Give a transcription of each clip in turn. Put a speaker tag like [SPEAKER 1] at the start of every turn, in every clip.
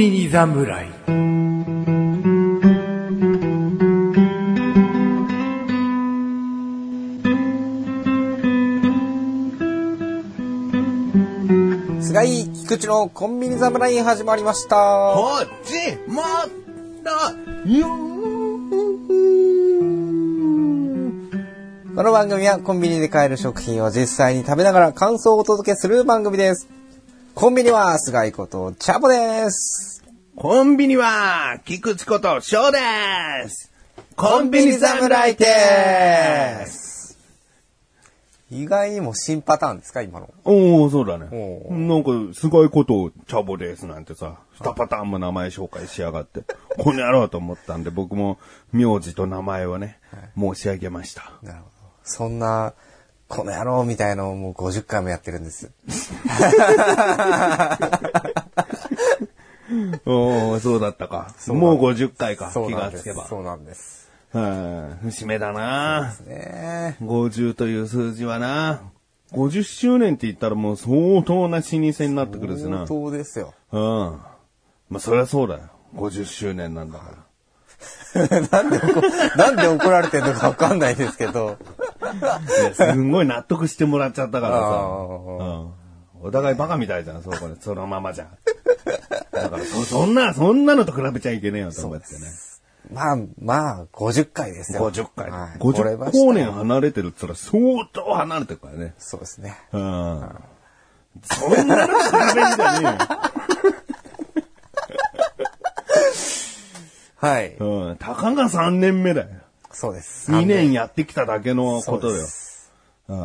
[SPEAKER 1] 侍
[SPEAKER 2] 菅井菊池のコンビニ侍始まりました。
[SPEAKER 3] 始まったよ
[SPEAKER 2] この番組はコンビニで買える食品を実際に食べながら感想をお届けする番組です。コンビニは菅井ことチャボです。
[SPEAKER 3] コンビニは、菊池こと翔ですコンビニ侍です
[SPEAKER 2] す。意外にも新パターンですか今の。
[SPEAKER 3] おおそうだね
[SPEAKER 2] お。
[SPEAKER 3] なんか、すごいことを、チャボですなんてさ、二パターンも名前紹介しやがって、この野郎と思ったんで、僕も、名字と名前をね、申し上げました。
[SPEAKER 2] なるほど。そんな、この野郎みたいのをもう50回もやってるんです。
[SPEAKER 3] おおそうだったか。もう50回か、
[SPEAKER 2] そう
[SPEAKER 3] 気
[SPEAKER 2] なん
[SPEAKER 3] が
[SPEAKER 2] で
[SPEAKER 3] つ
[SPEAKER 2] す
[SPEAKER 3] けば。
[SPEAKER 2] そうなんです。
[SPEAKER 3] うん、節目だな
[SPEAKER 2] ねえ
[SPEAKER 3] 50という数字はな、50周年って言ったらもう相当な老舗になってくるしな。
[SPEAKER 2] 本
[SPEAKER 3] うん。
[SPEAKER 2] 当ですよ。
[SPEAKER 3] まあそりゃそうだよ。50周年なんだから。
[SPEAKER 2] なんで怒、 なんで怒られてるのかわかんないですけど。
[SPEAKER 3] いやすんごい納得してもらっちゃったからさ。
[SPEAKER 2] あ
[SPEAKER 3] うん。お互いバカみたいじゃん、そうこれ。そのままじゃん。だからそ、そんな、そんなのと比べちゃいけねえよ、と思ってね。
[SPEAKER 2] まあ、まあ、50回ですよ。
[SPEAKER 3] 50回。
[SPEAKER 2] はい、これ
[SPEAKER 3] 50
[SPEAKER 2] は
[SPEAKER 3] 光年離れてるって言ったら相当離れてるからね。
[SPEAKER 2] そうですね。
[SPEAKER 3] うん。 そんなの比べんじゃねえよ。
[SPEAKER 2] はい。
[SPEAKER 3] うん、たかが3年目だよ。
[SPEAKER 2] そうです。
[SPEAKER 3] 2年やってきただけのこ
[SPEAKER 2] そう
[SPEAKER 3] と
[SPEAKER 2] で
[SPEAKER 3] よ。
[SPEAKER 2] す。
[SPEAKER 3] うん。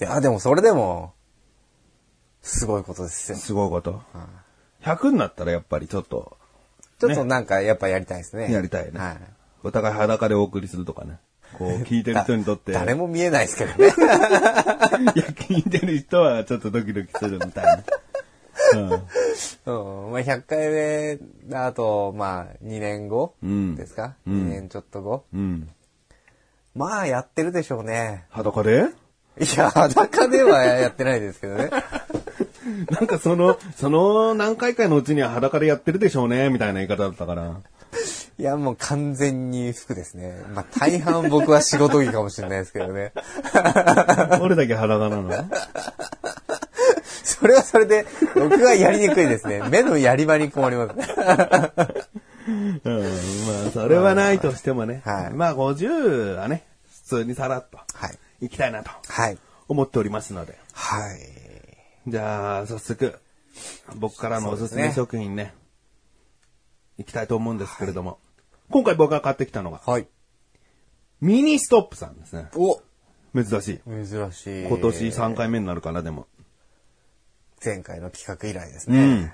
[SPEAKER 2] いや、でもそれでも、すごいことですよ。
[SPEAKER 3] すごいこと。100になったらやっぱりちょっと
[SPEAKER 2] ちょっとなんかやっぱやりたいですね。
[SPEAKER 3] やりたいね。
[SPEAKER 2] はい。
[SPEAKER 3] お互い裸でお送りするとかね。こう、聞いてる人にとって。
[SPEAKER 2] 誰も見えないですけどね。
[SPEAKER 3] いや、聞いてる人はちょっとドキドキするみたいな。
[SPEAKER 2] うん。まあ、100回目だと、まあ、2年後
[SPEAKER 3] うん
[SPEAKER 2] ですか、
[SPEAKER 3] うん
[SPEAKER 2] ?2 年ちょっと後。
[SPEAKER 3] うん。
[SPEAKER 2] まあ、やってるでしょうね。
[SPEAKER 3] 裸で
[SPEAKER 2] いや、裸ではやってないですけどね。
[SPEAKER 3] なんかその、その何回かのうちには裸でやってるでしょうね、みたいな言い方だったから。
[SPEAKER 2] いや、もう完全に服ですね。まあ、大半僕は仕事着かもしれないですけどね。
[SPEAKER 3] 俺だけ裸なの
[SPEAKER 2] それはそれで、僕はやりにくいですね。目のやり場に困ります。
[SPEAKER 3] うんまあ、それはないとしてもね。
[SPEAKER 2] はい
[SPEAKER 3] まあ、50はね、普通にさらっと、
[SPEAKER 2] はい。
[SPEAKER 3] 行きたいなと
[SPEAKER 2] はい。
[SPEAKER 3] 思っておりますので。
[SPEAKER 2] はい。
[SPEAKER 3] じゃあ、早速、僕からのおすす
[SPEAKER 2] そうです
[SPEAKER 3] め
[SPEAKER 2] ね
[SPEAKER 3] 食品ね、行きたいと思うんですけれども、今回僕が買ってきたのが、
[SPEAKER 2] はい。
[SPEAKER 3] ミニストップさんですね。
[SPEAKER 2] お
[SPEAKER 3] 珍しい。
[SPEAKER 2] 珍しい。
[SPEAKER 3] 今年3回目になるかな、でも。
[SPEAKER 2] 前回の企画以来です
[SPEAKER 3] う
[SPEAKER 2] ね。
[SPEAKER 3] ん。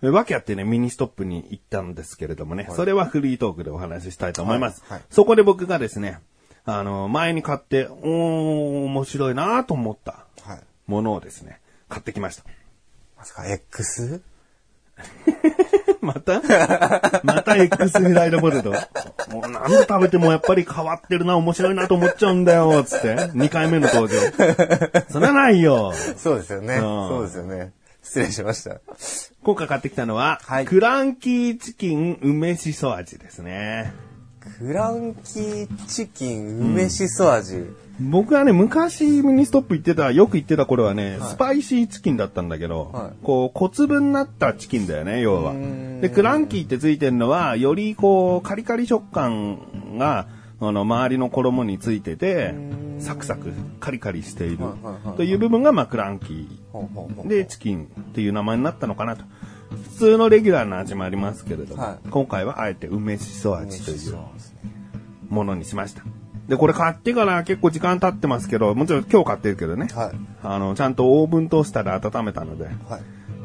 [SPEAKER 3] でわけあってね、ミニストップに行ったんですけれどもね、それはフリートークでお話ししたいと思います。
[SPEAKER 2] はいはい
[SPEAKER 3] そこで僕がですね、あの、前に買って、おー、面白いなと思った
[SPEAKER 2] はい。
[SPEAKER 3] ものをですね、買ってきました。
[SPEAKER 2] まさか X?
[SPEAKER 3] またまた X フライドポテト。もう何度食べてもやっぱり変わってるな、面白いなと思っちゃうんだよ、つって。2回目の登場。そりゃないよ。
[SPEAKER 2] そうですよね。
[SPEAKER 3] ん
[SPEAKER 2] そうですよね。失礼しました。
[SPEAKER 3] 今回買ってきたのは、
[SPEAKER 2] はい
[SPEAKER 3] クランキーチキン梅しそ味ですね。
[SPEAKER 2] クランキーチキン梅しそ味。
[SPEAKER 3] 僕はね、昔ミニストップ行ってた、よく行ってた頃はね、スパイシーチキンだったんだけど、
[SPEAKER 2] は
[SPEAKER 3] こう、小粒になったチキンだよね、要は。で、クランキーってついてるのは、よりこう、カリカリ食感が、あの、周りの衣についてて、サクサク、カリカリしている
[SPEAKER 2] はいはいはい。
[SPEAKER 3] という部分が、まあ、クランキ
[SPEAKER 2] ほうほうほ
[SPEAKER 3] ー
[SPEAKER 2] う
[SPEAKER 3] でチキンっていう名前になったのかなと。普通のレギュラーな味もありますけれども、
[SPEAKER 2] はい
[SPEAKER 3] 今回はあえて梅しそ味とい
[SPEAKER 2] 梅し
[SPEAKER 3] う
[SPEAKER 2] そですね
[SPEAKER 3] ものにしました。で、これ買ってから結構時間経ってますけど、もちろん今日買ってるけどね。
[SPEAKER 2] はい
[SPEAKER 3] あの、ちゃんとオーブントースターで温めたので、
[SPEAKER 2] はい。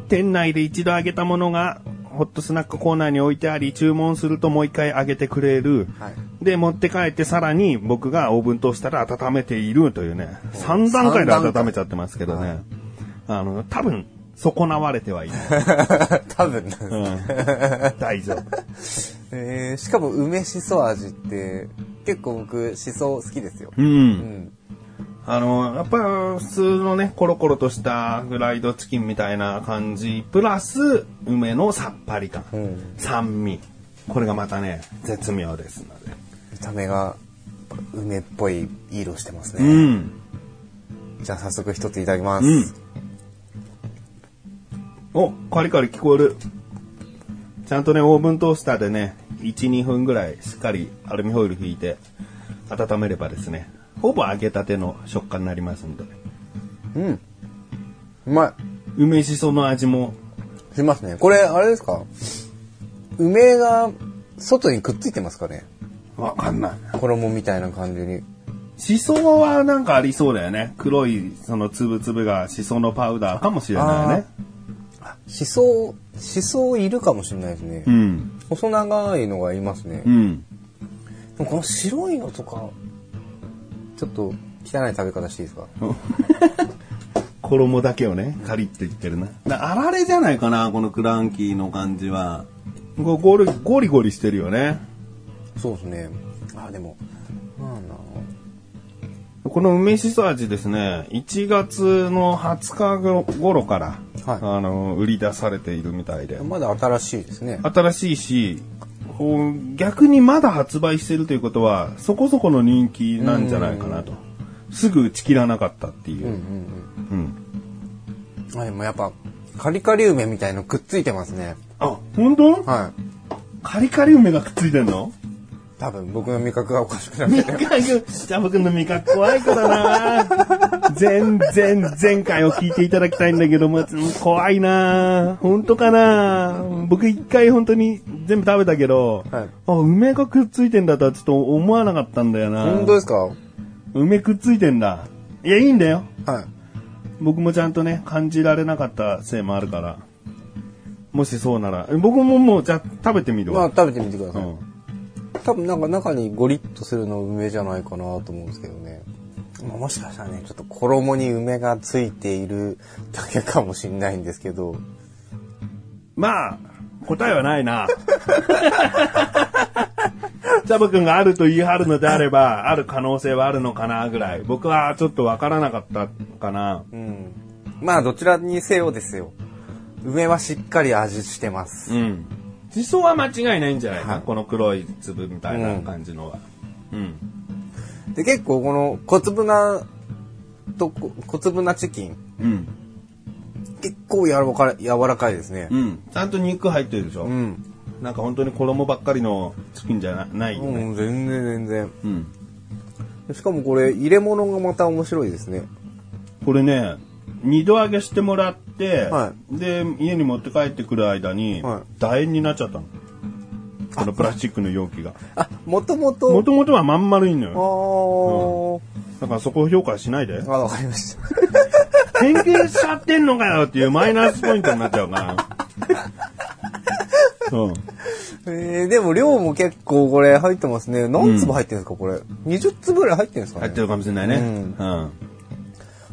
[SPEAKER 3] 店内で一度揚げたものが、ホットスナックコーナーに置いてあり、注文するともう一回揚げてくれる。
[SPEAKER 2] はい
[SPEAKER 3] で、持って帰ってさらに僕がオーブントースターで温めているというね、3段階で
[SPEAKER 2] 三段階
[SPEAKER 3] 温めちゃってますけどね。あの、多分、損なわれて はいない。
[SPEAKER 2] 多分なんです
[SPEAKER 3] うん大丈夫。
[SPEAKER 2] えーしかも梅しそ味って結構僕しそ好きですよ。
[SPEAKER 3] う。
[SPEAKER 2] うんん。
[SPEAKER 3] あの、やっぱ普通のね、コロコロとしたフライドチキンみたいな感じ、プラス、梅のさっぱり感、
[SPEAKER 2] ん
[SPEAKER 3] 酸味。これがまたね、絶妙ですので。
[SPEAKER 2] 見た目が梅っぽい色してます
[SPEAKER 3] う
[SPEAKER 2] ね。
[SPEAKER 3] ん。
[SPEAKER 2] じゃあ早速一ついただきます。
[SPEAKER 3] うんお、カリカリ聞こえる。ちゃんとね、オーブントースターでね、1、2分ぐらいしっかりアルミホイル引いて温めればですね、ほぼ揚げたての食感になりますんで。
[SPEAKER 2] うん。うま
[SPEAKER 3] 梅しその味も、
[SPEAKER 2] い。しますね。これ、あれですか梅が外にくっついてますかね
[SPEAKER 3] わかんない。
[SPEAKER 2] 衣みたいな感じに。
[SPEAKER 3] シソはなんかありそうだよね。黒いその粒々がシソのパウダーかもしれないね。
[SPEAKER 2] しそ、しそいるかもしれないですね。
[SPEAKER 3] うん。
[SPEAKER 2] 細長いのがいますね。
[SPEAKER 3] うん。
[SPEAKER 2] でもこの白いのとか、ちょっと汚い食べ方していいですか
[SPEAKER 3] 衣だけをね、カリっていってるな。だあられじゃないかな、このクランキーの感じは。こうゴリゴリゴリしてるよね。
[SPEAKER 2] そうですね。あ、でも、まあな。
[SPEAKER 3] この梅しそ味ですね、1月の20日頃から、
[SPEAKER 2] はい
[SPEAKER 3] あの、売り出されているみたいで。
[SPEAKER 2] まだ新しいですね。
[SPEAKER 3] 新しいし、こう逆にまだ発売してるということは、そこそこの人気なんじゃないかなと。すぐ打ち切らなかったっていう。うん
[SPEAKER 2] あ、でもやっぱ、カリカリ梅みたいのくっついてますね。
[SPEAKER 3] あ、本当？
[SPEAKER 2] はい。
[SPEAKER 3] カリカリ梅がくっついてんの
[SPEAKER 2] 多分僕の味覚がおかしくなってる。
[SPEAKER 3] ジャム君の味覚怖いからな全然、前回を聞いていただきたいんだけども、怖いな本当かな僕一回本当に全部食べたけど、
[SPEAKER 2] はい
[SPEAKER 3] あ、梅がくっついてんだとはちょっと思わなかったんだよな
[SPEAKER 2] 本当ですかは
[SPEAKER 3] 梅くっついてんだ。いや、いいんだよ。
[SPEAKER 2] い。
[SPEAKER 3] 僕もちゃんとね、感じられなかったせいもあるから。もしそうなら。え僕ももう、じゃあ食べてみる
[SPEAKER 2] まあ
[SPEAKER 3] わ。
[SPEAKER 2] 食べてみてくだ
[SPEAKER 3] う
[SPEAKER 2] さい。
[SPEAKER 3] ん。
[SPEAKER 2] 多分なんか中にゴリッとするの梅じゃないかなと思うんですけどね。まあもしかしたらね、ちょっと衣に梅がついているだけかもしれないんですけど。
[SPEAKER 3] まあ、答えはないな。 チャボくんがあると言い張るのであれば、ある可能性はあるのかな、ぐらい。僕はちょっとわからなかったかな。
[SPEAKER 2] うん。まあどちらにせよですよ。梅はしっかり味してます。
[SPEAKER 3] うん。しそは間違いないんじゃないか、
[SPEAKER 2] はい
[SPEAKER 3] この黒い粒みたいな感じのは。うん。
[SPEAKER 2] で、結構この小粒な、とこ、小粒なチキン。
[SPEAKER 3] うん。
[SPEAKER 2] 結構柔らかい、柔らかいですね。
[SPEAKER 3] うん。ちゃんと肉入ってるでしょ。
[SPEAKER 2] うん。
[SPEAKER 3] なんか本当に衣ばっかりのチキンじゃなないよ
[SPEAKER 2] う
[SPEAKER 3] ね。
[SPEAKER 2] ん、全然全然。
[SPEAKER 3] うん
[SPEAKER 2] しかもこれ、入れ物がまた面白いですね。
[SPEAKER 3] これね、二度揚げしてもらって、
[SPEAKER 2] は
[SPEAKER 3] で、家に持って帰ってくる間に、
[SPEAKER 2] は
[SPEAKER 3] 楕円になっちゃったの。このプラスチックの容器が。
[SPEAKER 2] あ、もとも
[SPEAKER 3] も
[SPEAKER 2] と、
[SPEAKER 3] ともとはまん丸いの
[SPEAKER 2] あ
[SPEAKER 3] よ。
[SPEAKER 2] ー、
[SPEAKER 3] だからそこを評価しないで。
[SPEAKER 2] あ、わかりました。
[SPEAKER 3] 変形しちゃってんのかよっていうマイナスポイントになっちゃうから。うん。
[SPEAKER 2] えー、でも量も結構これ入ってますね。何粒入ってるんですか、これ。20粒ぐらい入ってるんですかね。
[SPEAKER 3] 入ってるかもしれないね。うん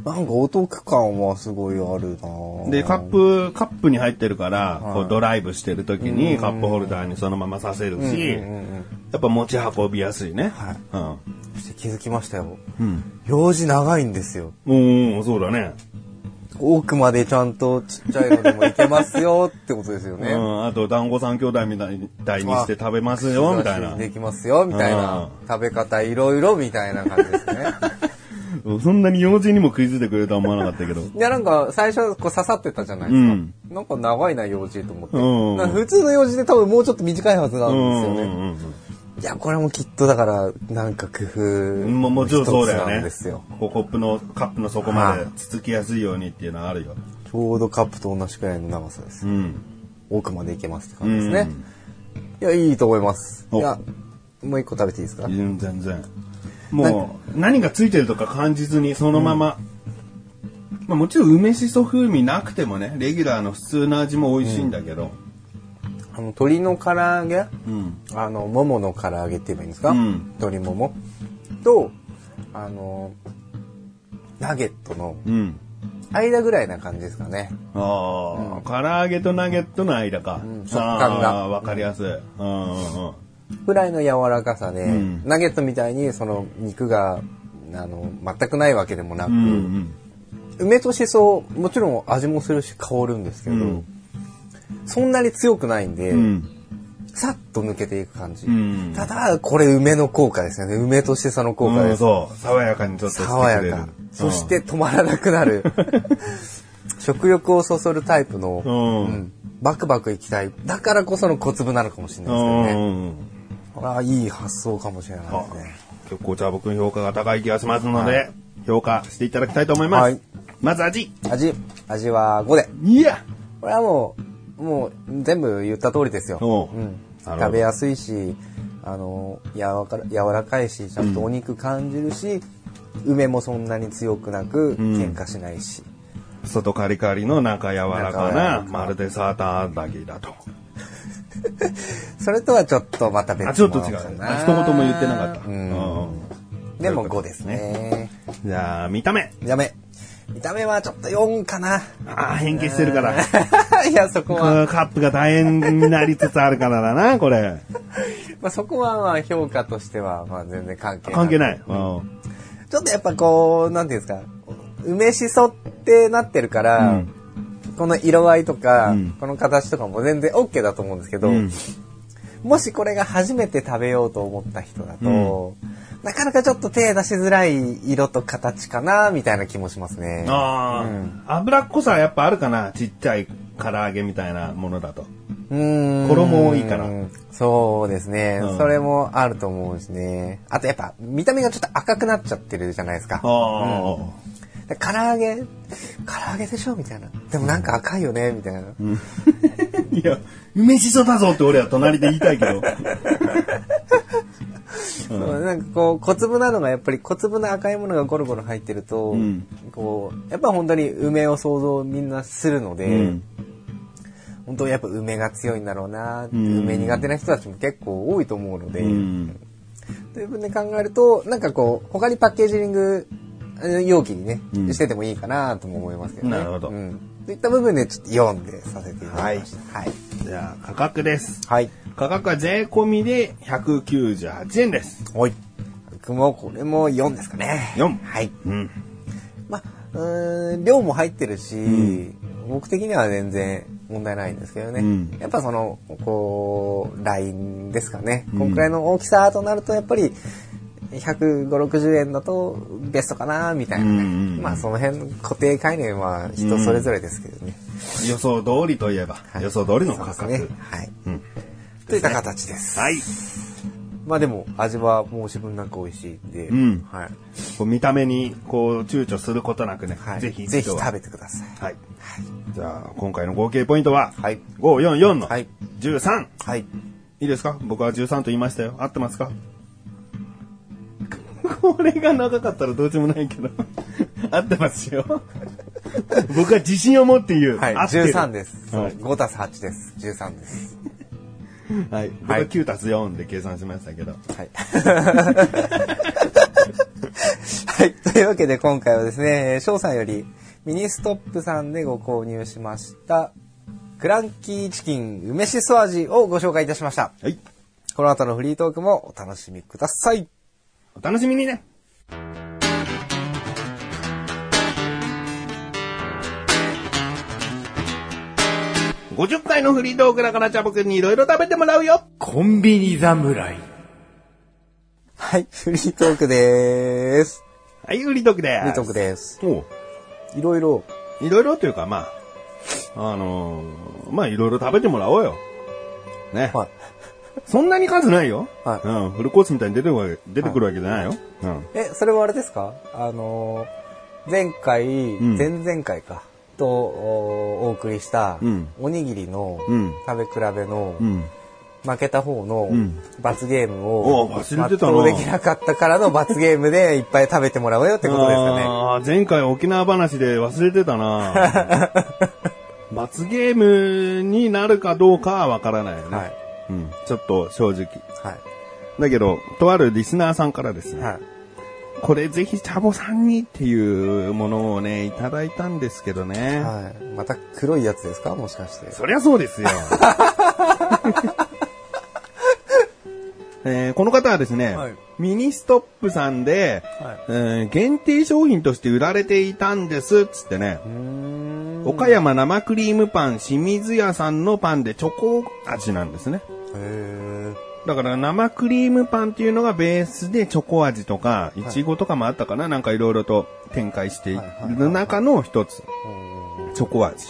[SPEAKER 2] なんかお得感はすごいあるなぁ
[SPEAKER 3] で、カップ、カップに入ってるから、こうドライブしてる時にカップホルダーにそのままさせるし、やっぱ持ち運びやすいね。は
[SPEAKER 2] そして気づきましたよ。
[SPEAKER 3] うん。
[SPEAKER 2] 用事長いんですよ。
[SPEAKER 3] うん。おーそうだね。
[SPEAKER 2] 奥までちゃんとちっちゃいのでもいけますよってことですよね。
[SPEAKER 3] うん。あと、団子三兄弟みたいに台にして食べますよ、みたいな。
[SPEAKER 2] できますよ、みたいな。食べ方いろいろみたいな感じです ね。
[SPEAKER 3] そんなに用心にも食いついてくれるとは思わなかったけど。
[SPEAKER 2] いや、なんか、最初、こう、刺さってたじゃないで
[SPEAKER 3] う
[SPEAKER 2] すか。
[SPEAKER 3] ん。
[SPEAKER 2] なんか、長いな、用事と思って。
[SPEAKER 3] うん
[SPEAKER 2] なんか普通の用事で多分もうちょっと短いはずな
[SPEAKER 3] うんん
[SPEAKER 2] ですよね。
[SPEAKER 3] うん
[SPEAKER 2] いや、これもきっとだから、なんか工夫
[SPEAKER 3] うん。もうもちろんそうだよ
[SPEAKER 2] の一つなん
[SPEAKER 3] ね
[SPEAKER 2] ですよ。。
[SPEAKER 3] こうコップの、カップの底まで
[SPEAKER 2] は
[SPEAKER 3] つつきやすいようにっていうのはあるよ。
[SPEAKER 2] ちょうどカップと同じくらいの長さです。
[SPEAKER 3] うん。
[SPEAKER 2] 奥までいけますって感じですね。いや、いいと思います。い
[SPEAKER 3] お
[SPEAKER 2] や、もう一個食べていいですか
[SPEAKER 3] 全然もう何がついてるとか感じずにそのまま、まあ、もちろん梅しそ風味なくてもねレギュラーの普通の味も美味しいんだけど
[SPEAKER 2] あの、鶏の唐揚げ
[SPEAKER 3] うん
[SPEAKER 2] あの、ももの唐揚げって言えばいいんですか、
[SPEAKER 3] うん
[SPEAKER 2] 鶏もも。と、あの、ナゲットの
[SPEAKER 3] うん、
[SPEAKER 2] 間ぐらいな感じですかね。
[SPEAKER 3] ああ、唐揚げとナゲットの間か、
[SPEAKER 2] ん食感が
[SPEAKER 3] あーわかりやすい、うんうんうん
[SPEAKER 2] ぐらいの柔らかさで、
[SPEAKER 3] うん
[SPEAKER 2] ナゲットみたいにその肉があの、全くないわけでもなく、
[SPEAKER 3] うんうん。
[SPEAKER 2] 梅としそ、もちろん味もするし香るんですけど、
[SPEAKER 3] うん
[SPEAKER 2] そんなに強くないんで、
[SPEAKER 3] うん。
[SPEAKER 2] さっと抜けていく感じ。
[SPEAKER 3] うん
[SPEAKER 2] ただ、これ梅の効果ですよね。梅としその効果
[SPEAKER 3] う
[SPEAKER 2] で
[SPEAKER 3] ん、
[SPEAKER 2] す。
[SPEAKER 3] そう。爽やかにちょっとしてく
[SPEAKER 2] 爽
[SPEAKER 3] れる
[SPEAKER 2] やか。そし、て止まらなく なる。食欲をそそるタイプの、
[SPEAKER 3] うん
[SPEAKER 2] うんバクバクいきたい。だからこその小粒なのかもしれ
[SPEAKER 3] う
[SPEAKER 2] ない
[SPEAKER 3] ん
[SPEAKER 2] ですけどね。
[SPEAKER 3] うん。
[SPEAKER 2] これはいい発想かもしれないですね。
[SPEAKER 3] 結構、じゃあ僕の評価が高い気がしますので、評価していただきたいと思います。
[SPEAKER 2] はい
[SPEAKER 3] まず味。
[SPEAKER 2] 味、味は5で。
[SPEAKER 3] いや
[SPEAKER 2] これはもう、もう全部言った通りですよ。
[SPEAKER 3] おう
[SPEAKER 2] うん、
[SPEAKER 3] なるほど
[SPEAKER 2] 食べやすいし、あの、柔らか柔らかいし、ちゃんとお肉感じるし、梅もそんなに強くなく、
[SPEAKER 3] ん
[SPEAKER 2] 喧嘩しないし。
[SPEAKER 3] 外カリカリの中柔らか
[SPEAKER 2] 中柔ら
[SPEAKER 3] な、
[SPEAKER 2] か
[SPEAKER 3] まるでサーターアンダギーだと。
[SPEAKER 2] それとはちょっとまた別
[SPEAKER 3] あ、
[SPEAKER 2] の
[SPEAKER 3] ちょっと違う。
[SPEAKER 2] かな
[SPEAKER 3] 一言も言ってなかった。
[SPEAKER 2] うん。
[SPEAKER 3] うん
[SPEAKER 2] でも5です。ね。
[SPEAKER 3] じゃあ、見た目。
[SPEAKER 2] ダメ。見た目はちょっと4かな。
[SPEAKER 3] ああ、変形してるから。
[SPEAKER 2] いや、そこは、
[SPEAKER 3] カップが大変になりつつあるからだな、これ。
[SPEAKER 2] まあ、そこはまあ評価としては、まあ全然関係ない。
[SPEAKER 3] 関係ない。うん
[SPEAKER 2] ちょっとやっぱこう、なんていうんですか、梅しそってなってるから、
[SPEAKER 3] うん
[SPEAKER 2] この色合いとか、
[SPEAKER 3] うん
[SPEAKER 2] この形とかも全然 OK だと思うんですけど、
[SPEAKER 3] うん
[SPEAKER 2] もしこれが初めて食べようと思った人だと、なかなかちょっと手出しづらい色と形かな、みたいな気もしますね。
[SPEAKER 3] ああ、脂っこさはやっぱあるかな。ちっちゃい唐揚げみたいなものだと。
[SPEAKER 2] うーん
[SPEAKER 3] 衣多いから
[SPEAKER 2] そうですね、
[SPEAKER 3] うん
[SPEAKER 2] それもあると思うしね。あとやっぱ、見た目がちょっと赤くなっちゃってるじゃないですか。
[SPEAKER 3] あ
[SPEAKER 2] うんで唐揚げ、唐揚げでしょみたいな。でもなんか赤いよねみたいな。
[SPEAKER 3] あ、いや、梅しそだぞって俺は隣で言いたいけど。
[SPEAKER 2] そうなんかこう、小粒なのがやっぱり小粒の赤いものがゴロゴロ入ってると、
[SPEAKER 3] ん
[SPEAKER 2] こう、やっぱ本当に梅を想像みんなするので、
[SPEAKER 3] うん
[SPEAKER 2] 本当やっぱ梅が強いんだろうな、って
[SPEAKER 3] うん
[SPEAKER 2] 梅苦手な人たちも結構多いと思うので、
[SPEAKER 3] うん
[SPEAKER 2] という分で考えると、なんかこう、他にパッケージリングえー容器にね、
[SPEAKER 3] うん
[SPEAKER 2] しててもいいかなとも思いますけどね。
[SPEAKER 3] なるほど
[SPEAKER 2] うん。といった部分でちょっと読んでさせていただきました。はい。
[SPEAKER 3] じゃあ、価格です。
[SPEAKER 2] はい。
[SPEAKER 3] 価格は税込みで198円です。
[SPEAKER 2] はい。僕もこれも4ですかね。
[SPEAKER 3] 4
[SPEAKER 2] はい。
[SPEAKER 3] うん。
[SPEAKER 2] まあ、うーん量も入ってるし、
[SPEAKER 3] ん
[SPEAKER 2] 僕的には全然問題ないんですけどね。
[SPEAKER 3] うん
[SPEAKER 2] やっぱその、こう、ラインですかね。
[SPEAKER 3] うん
[SPEAKER 2] こんくらいの大きさとなると、やっぱり、150、60円だとベストかな、みたいなね。
[SPEAKER 3] うんうんうん
[SPEAKER 2] まあ、その辺、固定概念は人それぞれですけどね。
[SPEAKER 3] 予想通りといえば、
[SPEAKER 2] はい
[SPEAKER 3] 予想通りの価
[SPEAKER 2] そう
[SPEAKER 3] 格。
[SPEAKER 2] ですね。はい。
[SPEAKER 3] うん
[SPEAKER 2] といった形です。
[SPEAKER 3] はい。
[SPEAKER 2] まあでも、味は申し分なく美味しいんで、
[SPEAKER 3] うん
[SPEAKER 2] はい。
[SPEAKER 3] こう見た目に、こう、躊躇することなくね、
[SPEAKER 2] はい。
[SPEAKER 3] ぜひ、
[SPEAKER 2] ぜひ
[SPEAKER 3] 一度は
[SPEAKER 2] 食べてください。
[SPEAKER 3] はい。じゃあ、今回の合計ポイントは、
[SPEAKER 2] はい
[SPEAKER 3] 544の
[SPEAKER 2] はい
[SPEAKER 3] 13。い、
[SPEAKER 2] はい。
[SPEAKER 3] いですか僕は13と言いましたよ。合ってますか これが長かったらどうしようもないけど。 合ってますよ。 僕は自信を持って言う。
[SPEAKER 2] はい、
[SPEAKER 3] 合ってる
[SPEAKER 2] 13です。そう
[SPEAKER 3] はい。
[SPEAKER 2] 5たす8です。13です。
[SPEAKER 3] はい、僕は9たす4で計算しましたけど。
[SPEAKER 2] はい。はい。というわけで今回はですね、えー翔さんよりミニストップさんでご購入しました、クランキーチキン梅しそ味をご紹介いたしました。
[SPEAKER 3] はい。
[SPEAKER 2] この後のフリートークもお楽しみください。
[SPEAKER 3] お楽しみにね。50回のフリートークだからじゃあ僕にいろいろ食べてもらうよ
[SPEAKER 1] コンビニ侍。
[SPEAKER 2] はい。フリートークでーす。
[SPEAKER 3] はい、フリートークで
[SPEAKER 2] フリートークです。
[SPEAKER 3] おう
[SPEAKER 2] いろいろ、
[SPEAKER 3] いろいろというか、まあ、あのーまあ、いろいろ食べてもらおうよ。ね。
[SPEAKER 2] はい。
[SPEAKER 3] そんなに数ないよ。
[SPEAKER 2] はい
[SPEAKER 3] うん、フルコースみたいに出てくるわけ、出てくるわけじゃないよ。うん。
[SPEAKER 2] え、それはあれですかあのー、前回、
[SPEAKER 3] ん
[SPEAKER 2] 前々回か、とおお送りした、
[SPEAKER 3] うん
[SPEAKER 2] おにぎりの
[SPEAKER 3] うん
[SPEAKER 2] 食べ比べの、
[SPEAKER 3] うん。
[SPEAKER 2] 負けた方の
[SPEAKER 3] ん
[SPEAKER 2] 罰ゲーム
[SPEAKER 3] おう
[SPEAKER 2] を、
[SPEAKER 3] 忘れて
[SPEAKER 2] 全
[SPEAKER 3] たな
[SPEAKER 2] うできなかったからの罰ゲームでいっぱい食べてもらうよってことですかね。
[SPEAKER 3] あー前回沖縄話で忘れてたな 罰ゲームになるかどうかはわからないよね、
[SPEAKER 2] はい
[SPEAKER 3] うん。ちょっと正直。
[SPEAKER 2] は
[SPEAKER 3] だけど、とあるリスナーさんからです
[SPEAKER 2] い。
[SPEAKER 3] ね、
[SPEAKER 2] はい。
[SPEAKER 3] これぜひチャボさんにっていうものをね、いただいたんですけどね。
[SPEAKER 2] はい。また黒いやつですか もしかして。
[SPEAKER 3] そりゃそうですよ。えーこの方はですね、
[SPEAKER 1] はい
[SPEAKER 3] ミニストップさんで、
[SPEAKER 1] はい
[SPEAKER 3] えー限定商品として売られていたんです、つってね。岡山生クリームパン清水屋さんのパンでチョコ味なんですね。
[SPEAKER 2] へ
[SPEAKER 3] だから生クリームパンっていうのがベースでチョコ味とか、いちごとかもあったかな、なんかいろいろと展開している中の一つ。チョコ味。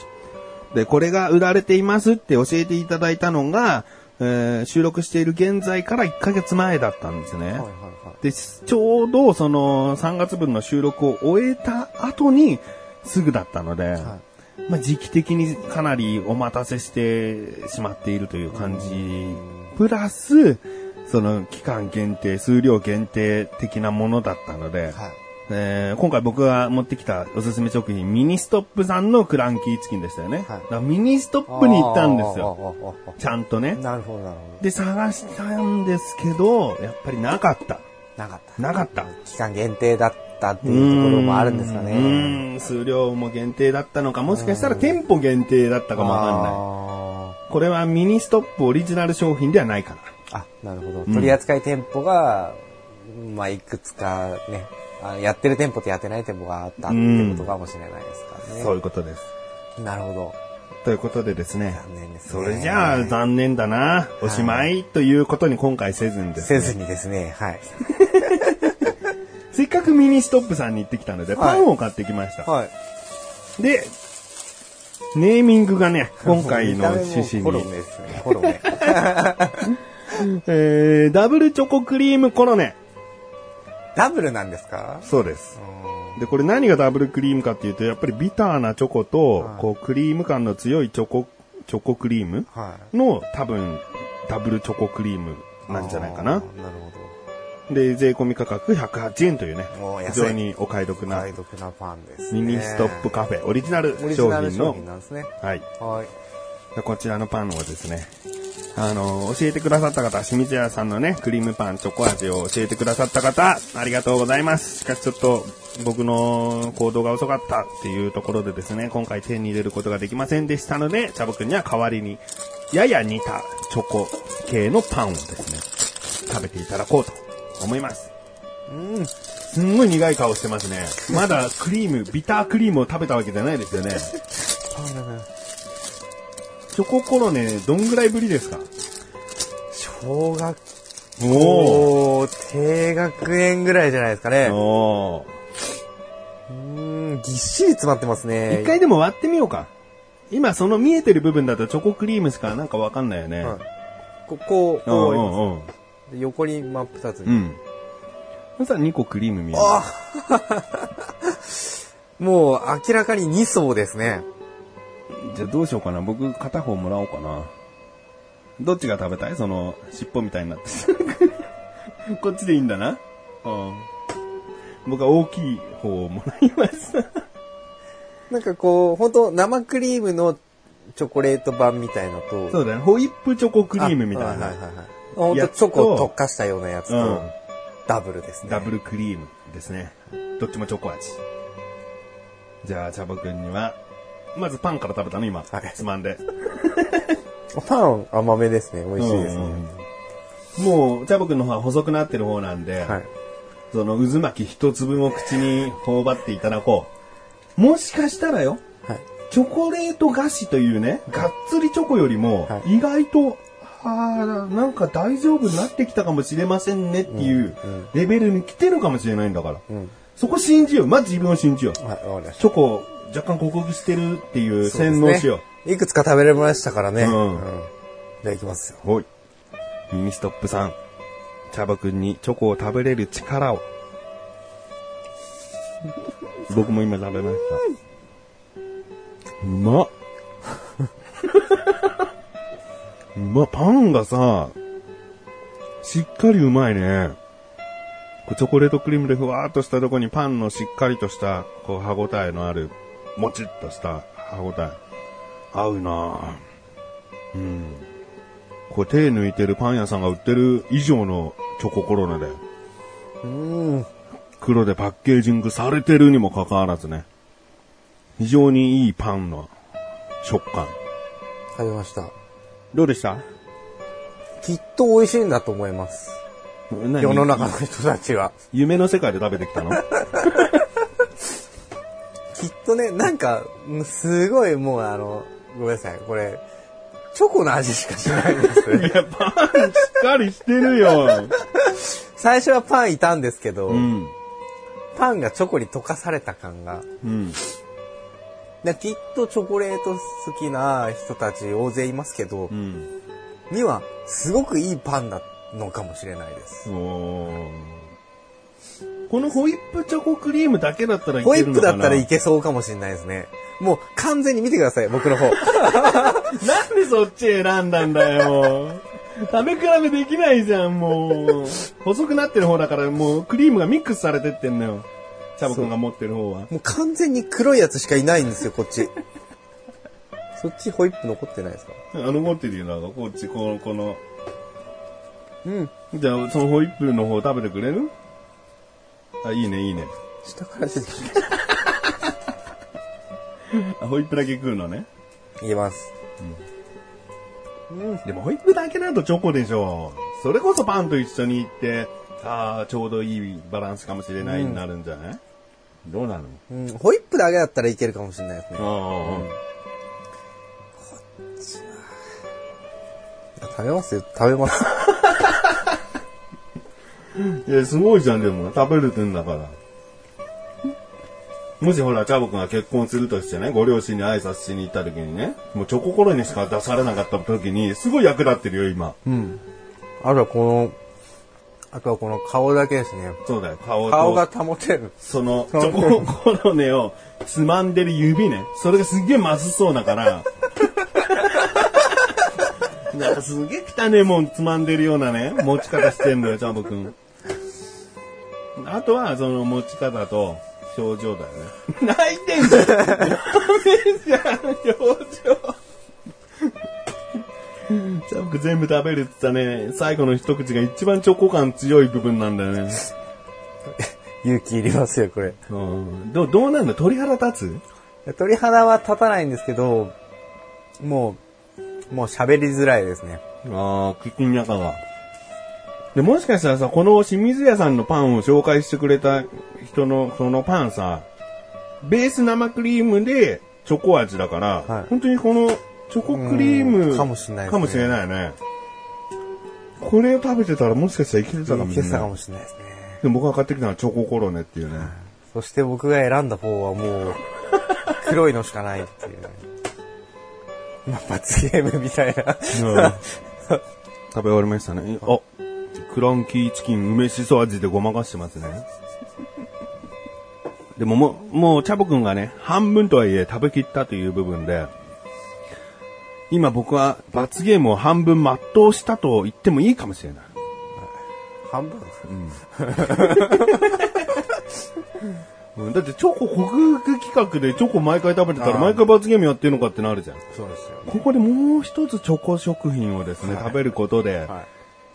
[SPEAKER 3] で、これが売られていますって教えていただいたのが、えー収録している現在から1ヶ月前だったんですね。
[SPEAKER 2] え。はいはいはい。
[SPEAKER 3] で、ちょうどその3月分の収録を終えた後にすぐだったので、まあ時期的にかなりお待たせしてしまっているという感じ、プラス、その期間限定、数量限定的なものだったので、
[SPEAKER 2] はい。
[SPEAKER 3] えー今回僕が持ってきたおすすめ食品、ミニストップさんのクランキーチキンでしたよね。
[SPEAKER 2] は
[SPEAKER 3] だ
[SPEAKER 2] い
[SPEAKER 3] からミニストップに行ったんですよ。
[SPEAKER 2] よ。
[SPEAKER 3] ちゃんとね。
[SPEAKER 2] なるほどなるほ
[SPEAKER 3] で、探したんですけど、やっぱりなかった。
[SPEAKER 2] ど。なかった。
[SPEAKER 3] なかった。
[SPEAKER 2] 期間限定だったっていうところもあるんですか
[SPEAKER 3] う
[SPEAKER 2] ね。
[SPEAKER 3] ーん、数量も限定だったのか、もしかしたら店舗限定だったかもわかんない。
[SPEAKER 2] あ
[SPEAKER 3] これはミニストップオリジナル商品ではないかな。
[SPEAKER 2] ーあ、なるほど。取扱店舗が、まあ、いくつかね、あやってる店舗とやってない店舗があったっていうことかもしれないですからね。
[SPEAKER 3] そういうことです。
[SPEAKER 2] なるほど。
[SPEAKER 3] ということでですね。
[SPEAKER 2] 残念ですね。
[SPEAKER 3] それじゃあ残念だな。おしまいということに今回せずにです
[SPEAKER 2] せ
[SPEAKER 3] ね。
[SPEAKER 2] ずにですね、はい。
[SPEAKER 3] せっかくミニストップさんに行ってきたので、
[SPEAKER 2] はい
[SPEAKER 3] パンを買ってきました。
[SPEAKER 2] はい。
[SPEAKER 3] で、ネーミングがね、今回の趣旨
[SPEAKER 2] コロ
[SPEAKER 3] に
[SPEAKER 2] ネ、ですね。コロネ。
[SPEAKER 3] えー、ダブルチョコクリームコロネ。
[SPEAKER 2] ダブルなんですか
[SPEAKER 3] そうです
[SPEAKER 2] う。ーん
[SPEAKER 3] で、これ何がダブルクリームかっていうと、やっぱりビターなチョコと、
[SPEAKER 2] はい
[SPEAKER 3] こう、クリーム感の強いチョコ、チョコクリーム
[SPEAKER 2] は
[SPEAKER 3] の、多分、ダブルチョコクリームなんじゃないか
[SPEAKER 2] あ
[SPEAKER 3] な。
[SPEAKER 2] ーなるほ
[SPEAKER 3] で、税込み価格108円というね
[SPEAKER 2] おー、安い
[SPEAKER 3] 非常にお買い得
[SPEAKER 2] ど。
[SPEAKER 3] な
[SPEAKER 2] 解、読なパンですね。
[SPEAKER 3] ミニストップカフェ、オリジナル
[SPEAKER 2] オリジ
[SPEAKER 3] 商
[SPEAKER 2] ナル
[SPEAKER 3] 品
[SPEAKER 2] 商
[SPEAKER 3] の、
[SPEAKER 2] 品なんですね。
[SPEAKER 3] はい。
[SPEAKER 2] はい。
[SPEAKER 3] でこちらのパンをですね、あの、教えてくださった方、清水屋さんのね、クリームパン、チョコ味を教えてくださった方、ありがとうございます。しかしちょっと、僕の行動が遅かったっていうところでですね、今回手に入れることができませんでしたので、チャボくんには代わりに、やや似たチョコ系のパンをですね、食べていただこうと思います。すんごい苦い顔してますね。まだクリーム、ビタークリームを食べたわけじゃないですよね。チョココロネ、どんぐらいぶりですか
[SPEAKER 2] 小学
[SPEAKER 3] お
[SPEAKER 2] 校低学園ぐらいじゃないですかね。う
[SPEAKER 3] お
[SPEAKER 2] ーん、ぎっしり詰まってますね。
[SPEAKER 3] 一回でも割ってみようか。今その見えてる部分だとチョコクリームしかなんかわかんないよね。
[SPEAKER 2] はいここ、
[SPEAKER 3] うん
[SPEAKER 2] こう
[SPEAKER 3] う
[SPEAKER 2] い
[SPEAKER 3] んうん
[SPEAKER 2] う横に真っ二つ
[SPEAKER 3] う
[SPEAKER 2] に。
[SPEAKER 3] ん。そしたら2個クリーム見える。
[SPEAKER 2] もう明らかに2層ですね。
[SPEAKER 3] じゃあどうしようかな。僕片方もらおうかな。どっちが食べたいその尻尾みたいになって。 こっちでいいんだな。うん。僕は大きい方をもらいます。
[SPEAKER 2] なんかこう、本当生クリームのチョコレート版みたいのと、
[SPEAKER 3] そうだね。ホイップチョコクリームみたい
[SPEAKER 2] あはい
[SPEAKER 3] な。
[SPEAKER 2] はいはい。本
[SPEAKER 3] や
[SPEAKER 2] 当
[SPEAKER 3] つと
[SPEAKER 2] チョコを特化したようなやつ
[SPEAKER 3] う
[SPEAKER 2] と
[SPEAKER 3] ん、
[SPEAKER 2] ダブルですね。
[SPEAKER 3] ダブルクリームですね。どっちもチョコ味。じゃあ、チャボくんには、まずパンから食べたの今。
[SPEAKER 2] はい
[SPEAKER 3] つまんで。
[SPEAKER 2] パン甘めですね。美味しいです
[SPEAKER 3] うん
[SPEAKER 2] ね。
[SPEAKER 3] もう、チャボくんの方は細くなってる方なんで、
[SPEAKER 2] はい。
[SPEAKER 3] その渦巻き一粒も口に頬張っていただこう。もしかしたらよ、
[SPEAKER 2] はい。
[SPEAKER 3] チョコレート菓子というね、がっつりチョコよりも
[SPEAKER 2] は、
[SPEAKER 3] 意外と、あーなんか大丈夫になってきたかもしれませんねっていうレベルに来てるかもしれないんだから。
[SPEAKER 2] ん
[SPEAKER 3] そこ信じよう。まず自分を信じよう。
[SPEAKER 2] はい、わかりました。
[SPEAKER 3] チョコを若干克服してるっていう洗脳しよ
[SPEAKER 2] う。いくつか食べれましたからね。
[SPEAKER 3] うん
[SPEAKER 2] うんじゃあいきますよ。
[SPEAKER 3] う。おい。ミニストップさん。チャボくんにチョコを食べれる力を。僕も今食べました。うまっ。うまっ、パンがさ、しっかりうまいね。こうチョコレートクリームでふわーっとしたとこにパンのしっかりとした、こう歯ごたえのある、もちっとした歯ごたえ。合うなぁ。うん。こう手抜いてるパン屋さんが売ってる以上のチョココロネだよ。
[SPEAKER 2] うん。
[SPEAKER 3] 黒でパッケージングされてるにもかかわらずね。非常にいいパンの食感。
[SPEAKER 2] 食べました。
[SPEAKER 3] どうでした
[SPEAKER 2] きっと美味しいんだと思います。
[SPEAKER 3] 何
[SPEAKER 2] 世の中の人たちは。
[SPEAKER 3] 夢の世界で食べてきた の
[SPEAKER 2] きっとね、なんか、うんすごいもうあの、ごめんなさい、これ、チョコの味しかしないん です。
[SPEAKER 3] パンしっかりしてるよ。
[SPEAKER 2] 最初はパンいたんですけど、
[SPEAKER 3] うん。
[SPEAKER 2] パンがチョコに溶かされた感が。
[SPEAKER 3] うん。
[SPEAKER 2] できっとチョコレート好きな人たち大勢いますけど
[SPEAKER 3] う、ん。
[SPEAKER 2] には、すごくいいパンなのかもしれないです。
[SPEAKER 3] おーこのホイップチョコクリームだけだったらい
[SPEAKER 2] ホイ
[SPEAKER 3] けるの
[SPEAKER 2] ップ
[SPEAKER 3] かな
[SPEAKER 2] だったらいけそうかもしれないですね。もう完全に見てください、僕の 方。
[SPEAKER 3] なんでそっち選んだんだよ。食べ比べできないじゃん、もう。細くなってる方だから、もうクリームがミックスされてってんのよ。チャボくんが持ってる方は。
[SPEAKER 2] もう完全に黒いやつしかいないんですよ、こっち。そっちホイップ残ってないですか
[SPEAKER 3] あの、持ってるよ、なんか、こっち、この、この。
[SPEAKER 2] うん。
[SPEAKER 3] じゃあ、そのホイップの方食べてくれるあ、いいね、いいね。
[SPEAKER 2] 下から出てき
[SPEAKER 3] あ、ホイップだけ食うのね。
[SPEAKER 2] た。いけます。
[SPEAKER 3] でもホイップだけだとチョコでしょ。それこそパンと一緒に行って、ああ、ちょうどいいバランスかもしれないになるんじゃない、どうなの
[SPEAKER 2] うん、ホイップだけだったらいけるかもしれないですね。
[SPEAKER 3] あ
[SPEAKER 2] 食べますよ、食べます。
[SPEAKER 3] あ、いや、すごいじゃん、でも。食べれてんだから。もしほら、チャボくんが結婚するとしてね、ご両親に挨拶しに行った時にね、もうチョココロにしか出されなかった時に、すごい役立ってるよ、今。
[SPEAKER 2] あとはこの、あとはこの顔だけですね。
[SPEAKER 3] そうだよ、顔と。
[SPEAKER 2] 顔が保てる。
[SPEAKER 3] その、チョココロネをつまんでる指ね。それがすっげえまずそうだ から。なんかすげえ汚ねえもんつまんでるようなね、持ち方してんのよ、ジャンボくん。あとは、その持ち方と、表情だよね。 泣いてんじゃんダメじゃん、表情。ジャンボくん全部食べるって言ったね、最後の一口が一番チョコ感強い部分なんだよね。
[SPEAKER 2] 勇気いりますよ、これ。
[SPEAKER 3] うんどう、どうなんだ鳥肌立
[SPEAKER 2] 鳥肌は立たないんですけど、もう、もう喋りづらいですね。
[SPEAKER 3] つああ、口の中が。で、もしかしたらさ、この清水屋さんのパンを紹介してくれた人の、そのパンさ、ベース生クリームでチョコ味だから、
[SPEAKER 2] はい
[SPEAKER 3] 本当にこのチョコクリーム
[SPEAKER 2] うんかもしんないですね
[SPEAKER 3] かもしれないね。これを食べてたらもしかしたらいけてたかもしれ
[SPEAKER 2] 消したか
[SPEAKER 3] ない。
[SPEAKER 2] もしれないですね。
[SPEAKER 3] でも僕が買ってきたのはチョココロネっていうね。
[SPEAKER 2] そして僕が選んだ方はもう、黒いのしかないっていうね。まあ、罰ゲームみたいな。
[SPEAKER 3] 食べ終わりましたね。あ、クランキーチキン梅しそ味でごまかしてますね。でももう、もう、チャボくんがね、半分とはいえ食べきったという部分で、今僕は罰ゲームを半分全うしたと言ってもいいかもしれない。
[SPEAKER 2] 半分
[SPEAKER 3] うんだってチョコ克服企画でチョコ毎回食べてたら
[SPEAKER 2] あー
[SPEAKER 3] 毎回罰ゲームやってるのかってなるじゃん。
[SPEAKER 2] そうですよね。
[SPEAKER 3] ここでもう一つチョコ食品をですね、食べることで、
[SPEAKER 2] はい。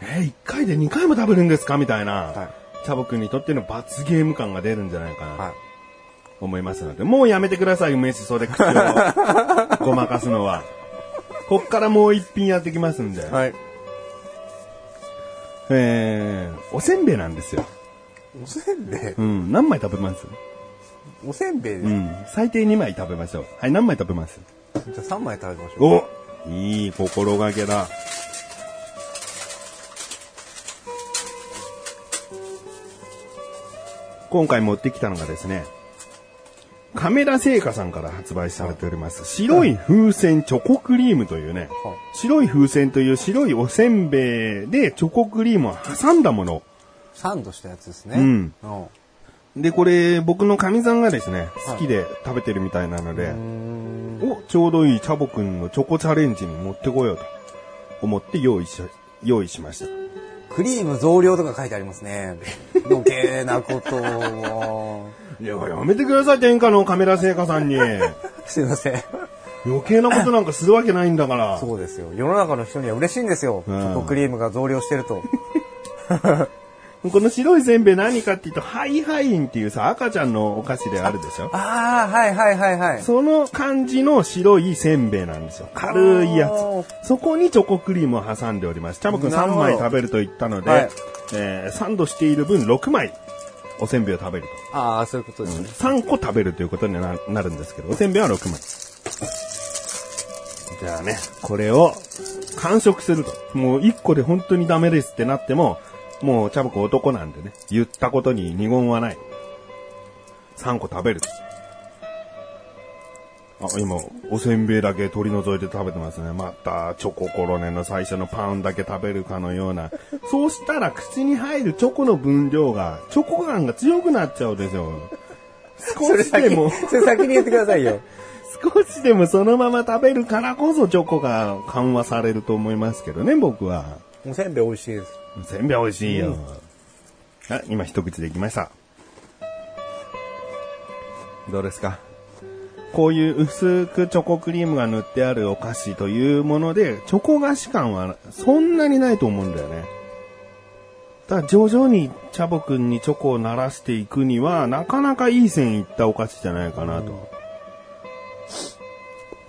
[SPEAKER 3] えー、1回で2回も食べるんですかみたいな、
[SPEAKER 2] は
[SPEAKER 3] チャボくんにとっての罰ゲーム感が出るんじゃないかな、
[SPEAKER 2] はい。
[SPEAKER 3] と思いますので、もうやめてください、梅しそで口を ごまかすのは。こっからもう一品やってきますんで。
[SPEAKER 2] はい。
[SPEAKER 3] えー、おせんべいなんですよ。
[SPEAKER 2] おせんべい
[SPEAKER 3] うん、何枚食べます
[SPEAKER 2] おせんべいで
[SPEAKER 3] う
[SPEAKER 2] す。
[SPEAKER 3] ん、最低2枚食べましょう。はい、何枚食べます
[SPEAKER 2] じゃあ3枚食べましょ
[SPEAKER 3] お
[SPEAKER 2] う。
[SPEAKER 3] いい心がけだ。今回持ってきたのがですね、亀田製菓さんから発売されております、白い風船チョコクリームというね、
[SPEAKER 2] はい
[SPEAKER 3] 白い風船という白いおせんべいでチョコクリームを挟んだもの。
[SPEAKER 2] サンドしたやつですね。
[SPEAKER 3] うん
[SPEAKER 2] おう
[SPEAKER 3] で、これ、僕の神さんがですね、好きで食べてるみたいなので、お、ちょうどいいチャボくんのチョコチャレンジに持ってこようと思って用意し、用意しました。
[SPEAKER 2] クリーム増量とか書いてありますね。 余計なことを。
[SPEAKER 3] いや、やめてください、天下のカメラ製菓さんに。余
[SPEAKER 2] すいません。
[SPEAKER 3] 計なことなんかするわけないんだから。
[SPEAKER 2] そうですよ。世の中の人には嬉しいんですよ。チ
[SPEAKER 3] うん
[SPEAKER 2] ョコクリームが増量してると。
[SPEAKER 3] この白いせんべい何かっていうと、ハイハインっていうさ、赤ちゃんのお菓子であるでしょ。
[SPEAKER 2] ああ、はいはいはいはい。
[SPEAKER 3] その感じの白いせんべいなんですよ。軽いや
[SPEAKER 2] あー
[SPEAKER 3] つ。そこにチョコクリームを挟んでおります。チャボくん
[SPEAKER 2] なる
[SPEAKER 3] 3
[SPEAKER 2] ほど
[SPEAKER 3] 枚食べると言ったので、
[SPEAKER 2] はい
[SPEAKER 3] えーサンドしている分6枚、おせんべいを食べると。
[SPEAKER 2] ああ、そういうことですね。
[SPEAKER 3] 3個食べるということにななるんですけど、おせんべいは6枚。じゃあね、これを完食すると。もう1個で本当にダメですってなっても、もうチャボコ男なんでね、言ったことに二言はない。3個食べる。あ、今、おせんべいだけ取り除いて食べてますね。また、チョココロネの最初のパンだけ食べるかのような。そうしたら口に入るチョコの分量が、チョコ感が強くなっちゃうでしょう。
[SPEAKER 2] そ
[SPEAKER 3] 少
[SPEAKER 2] れ
[SPEAKER 3] しで
[SPEAKER 2] 先
[SPEAKER 3] も
[SPEAKER 2] に、、それ先に言ってくださいよ。
[SPEAKER 3] 少しでもそのまま食べるからこそチョコが緩和されると思いますけどね、僕は。
[SPEAKER 2] おせんべい美味しいです。
[SPEAKER 3] せんべい美味しいよ。あ、今一口できました。どうですかこういう薄くチョコクリームが塗ってあるお菓子というもので、チョコ菓子感はそんなにないと思うんだよね。ただ徐々にチャボくんにチョコを鳴らしていくには、なかなかいい線いったお菓子じゃないかなと。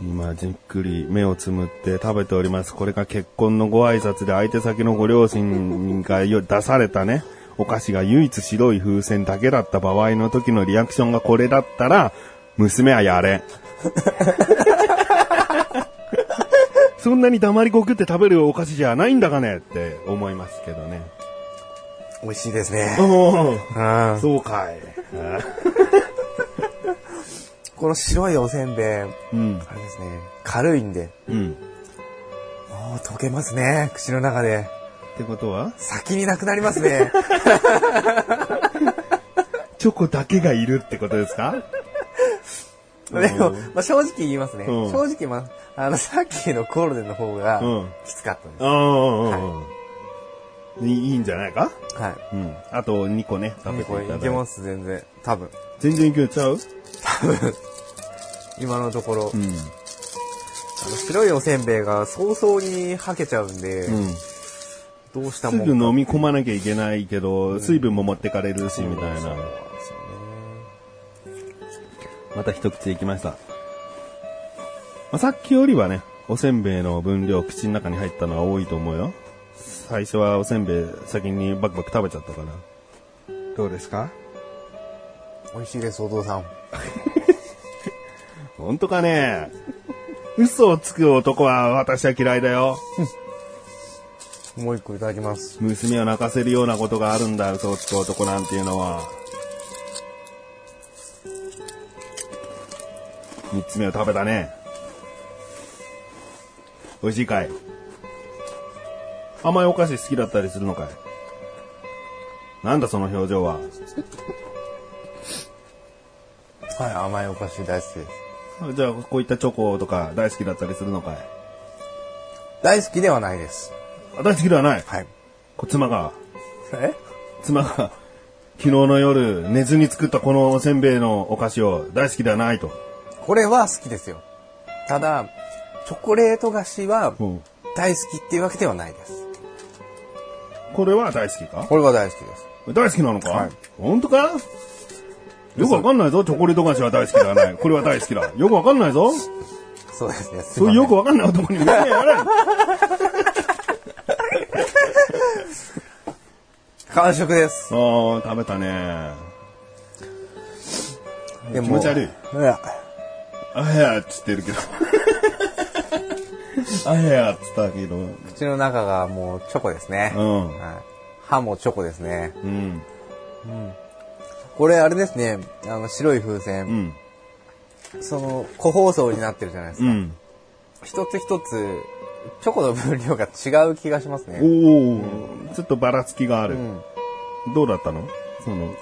[SPEAKER 3] 今、じっくり目をつむって食べております。これが結婚のご挨拶で相手先のご両親がよ出されたね、お菓子が唯一白い風船だけだった場合の時のリアクションがこれだったら、娘はやれ。 そんなに黙りこくって食べるお菓子じゃないんだかねって思いますけどね。
[SPEAKER 2] 美味しいですね。
[SPEAKER 3] おー
[SPEAKER 2] うん。
[SPEAKER 3] そうかい。
[SPEAKER 2] この白いおせんべい、あ
[SPEAKER 3] うん。
[SPEAKER 2] れですね、軽いんで、
[SPEAKER 3] うん。
[SPEAKER 2] もう溶けますね、口の中で。
[SPEAKER 3] ってことは
[SPEAKER 2] 先になくなりますね。
[SPEAKER 3] チョコだけがいるってことですか
[SPEAKER 2] で も、
[SPEAKER 3] うん
[SPEAKER 2] まあ、正直言いますね。
[SPEAKER 3] うん
[SPEAKER 2] 正直、まあ、あの、さっきのコールデンの方が
[SPEAKER 3] うん、
[SPEAKER 2] きつかったんで
[SPEAKER 3] うんうんうん。いいいいんじゃないか
[SPEAKER 2] す。はい。
[SPEAKER 3] うん。あと2個ね、食べて
[SPEAKER 2] これ
[SPEAKER 3] いた
[SPEAKER 2] い
[SPEAKER 3] だ
[SPEAKER 2] け
[SPEAKER 3] いて
[SPEAKER 2] ま。す、全然。多分。
[SPEAKER 3] 全然いけちゃう
[SPEAKER 2] 今のところ、
[SPEAKER 3] うん。
[SPEAKER 2] あの白いおせんべいが早々にはけちゃうんで、
[SPEAKER 3] うん。
[SPEAKER 2] どうした
[SPEAKER 3] す
[SPEAKER 2] もん
[SPEAKER 3] ぐ飲み込まなきゃいけないけど、水分も持ってかれるし、みたいな。また一口いきました。まあ、さっきよりはね、おせんべいの分量、口の中に入ったのは多いと思うよ。最初はおせんべい先にバクバク食べちゃったから。どうですか
[SPEAKER 2] 美味しいです、お父さん。
[SPEAKER 3] 本当かね嘘をつく男は私は嫌いだよ。
[SPEAKER 2] もう一個いただきます。
[SPEAKER 3] 娘を泣かせるようなことがあるんだ、嘘をつく男なんていうのは。三つ目を食べたね。美味しいかい甘いお菓子好きだったりするのかいなんだその表情は。
[SPEAKER 2] はい、甘いお菓子大好きです。
[SPEAKER 3] じゃあ、こういったチョコとか大好きだったりするのかい
[SPEAKER 2] 大好きではないです。
[SPEAKER 3] あ大好きではない。
[SPEAKER 2] はい。
[SPEAKER 3] こ妻が、
[SPEAKER 2] え
[SPEAKER 3] 妻が、昨日の夜、寝ずに作ったこのおせんべいのお菓子を大好きではないと。
[SPEAKER 2] これは好きですよ。ただ、チョコレート菓子は
[SPEAKER 3] うん
[SPEAKER 2] 大好きっていうわけではないです。
[SPEAKER 3] これは大好きか
[SPEAKER 2] これは大好きです。
[SPEAKER 3] 大好きなのか、
[SPEAKER 2] はい
[SPEAKER 3] 本当かよくわかんないぞ。チョコレート菓子は大好きではない。これは大好きだ。よくわかんないぞ。
[SPEAKER 2] そうですね。すい
[SPEAKER 3] そう
[SPEAKER 2] ま
[SPEAKER 3] いう
[SPEAKER 2] せん
[SPEAKER 3] よくわかんない男に向け やらない。
[SPEAKER 2] 完食です。
[SPEAKER 3] ああ、食べたね。
[SPEAKER 2] で
[SPEAKER 3] 気持ち悪い
[SPEAKER 2] や
[SPEAKER 3] あやっつって るけど。あやっつったけど。う
[SPEAKER 2] 口の中がもうチョコですね。
[SPEAKER 3] ん。
[SPEAKER 2] はい歯もチョコですね。
[SPEAKER 3] うん。
[SPEAKER 2] これあれですね、あの白い
[SPEAKER 3] う
[SPEAKER 2] 風船、
[SPEAKER 3] ん。
[SPEAKER 2] その個包装になってるじゃないです
[SPEAKER 3] う
[SPEAKER 2] か。
[SPEAKER 3] ん。
[SPEAKER 2] 一つ一つ、チョコの分量が違う気がします
[SPEAKER 3] お
[SPEAKER 2] ね。
[SPEAKER 3] お、ちょっとばらつきがある。
[SPEAKER 2] うん。
[SPEAKER 3] どうだったのその、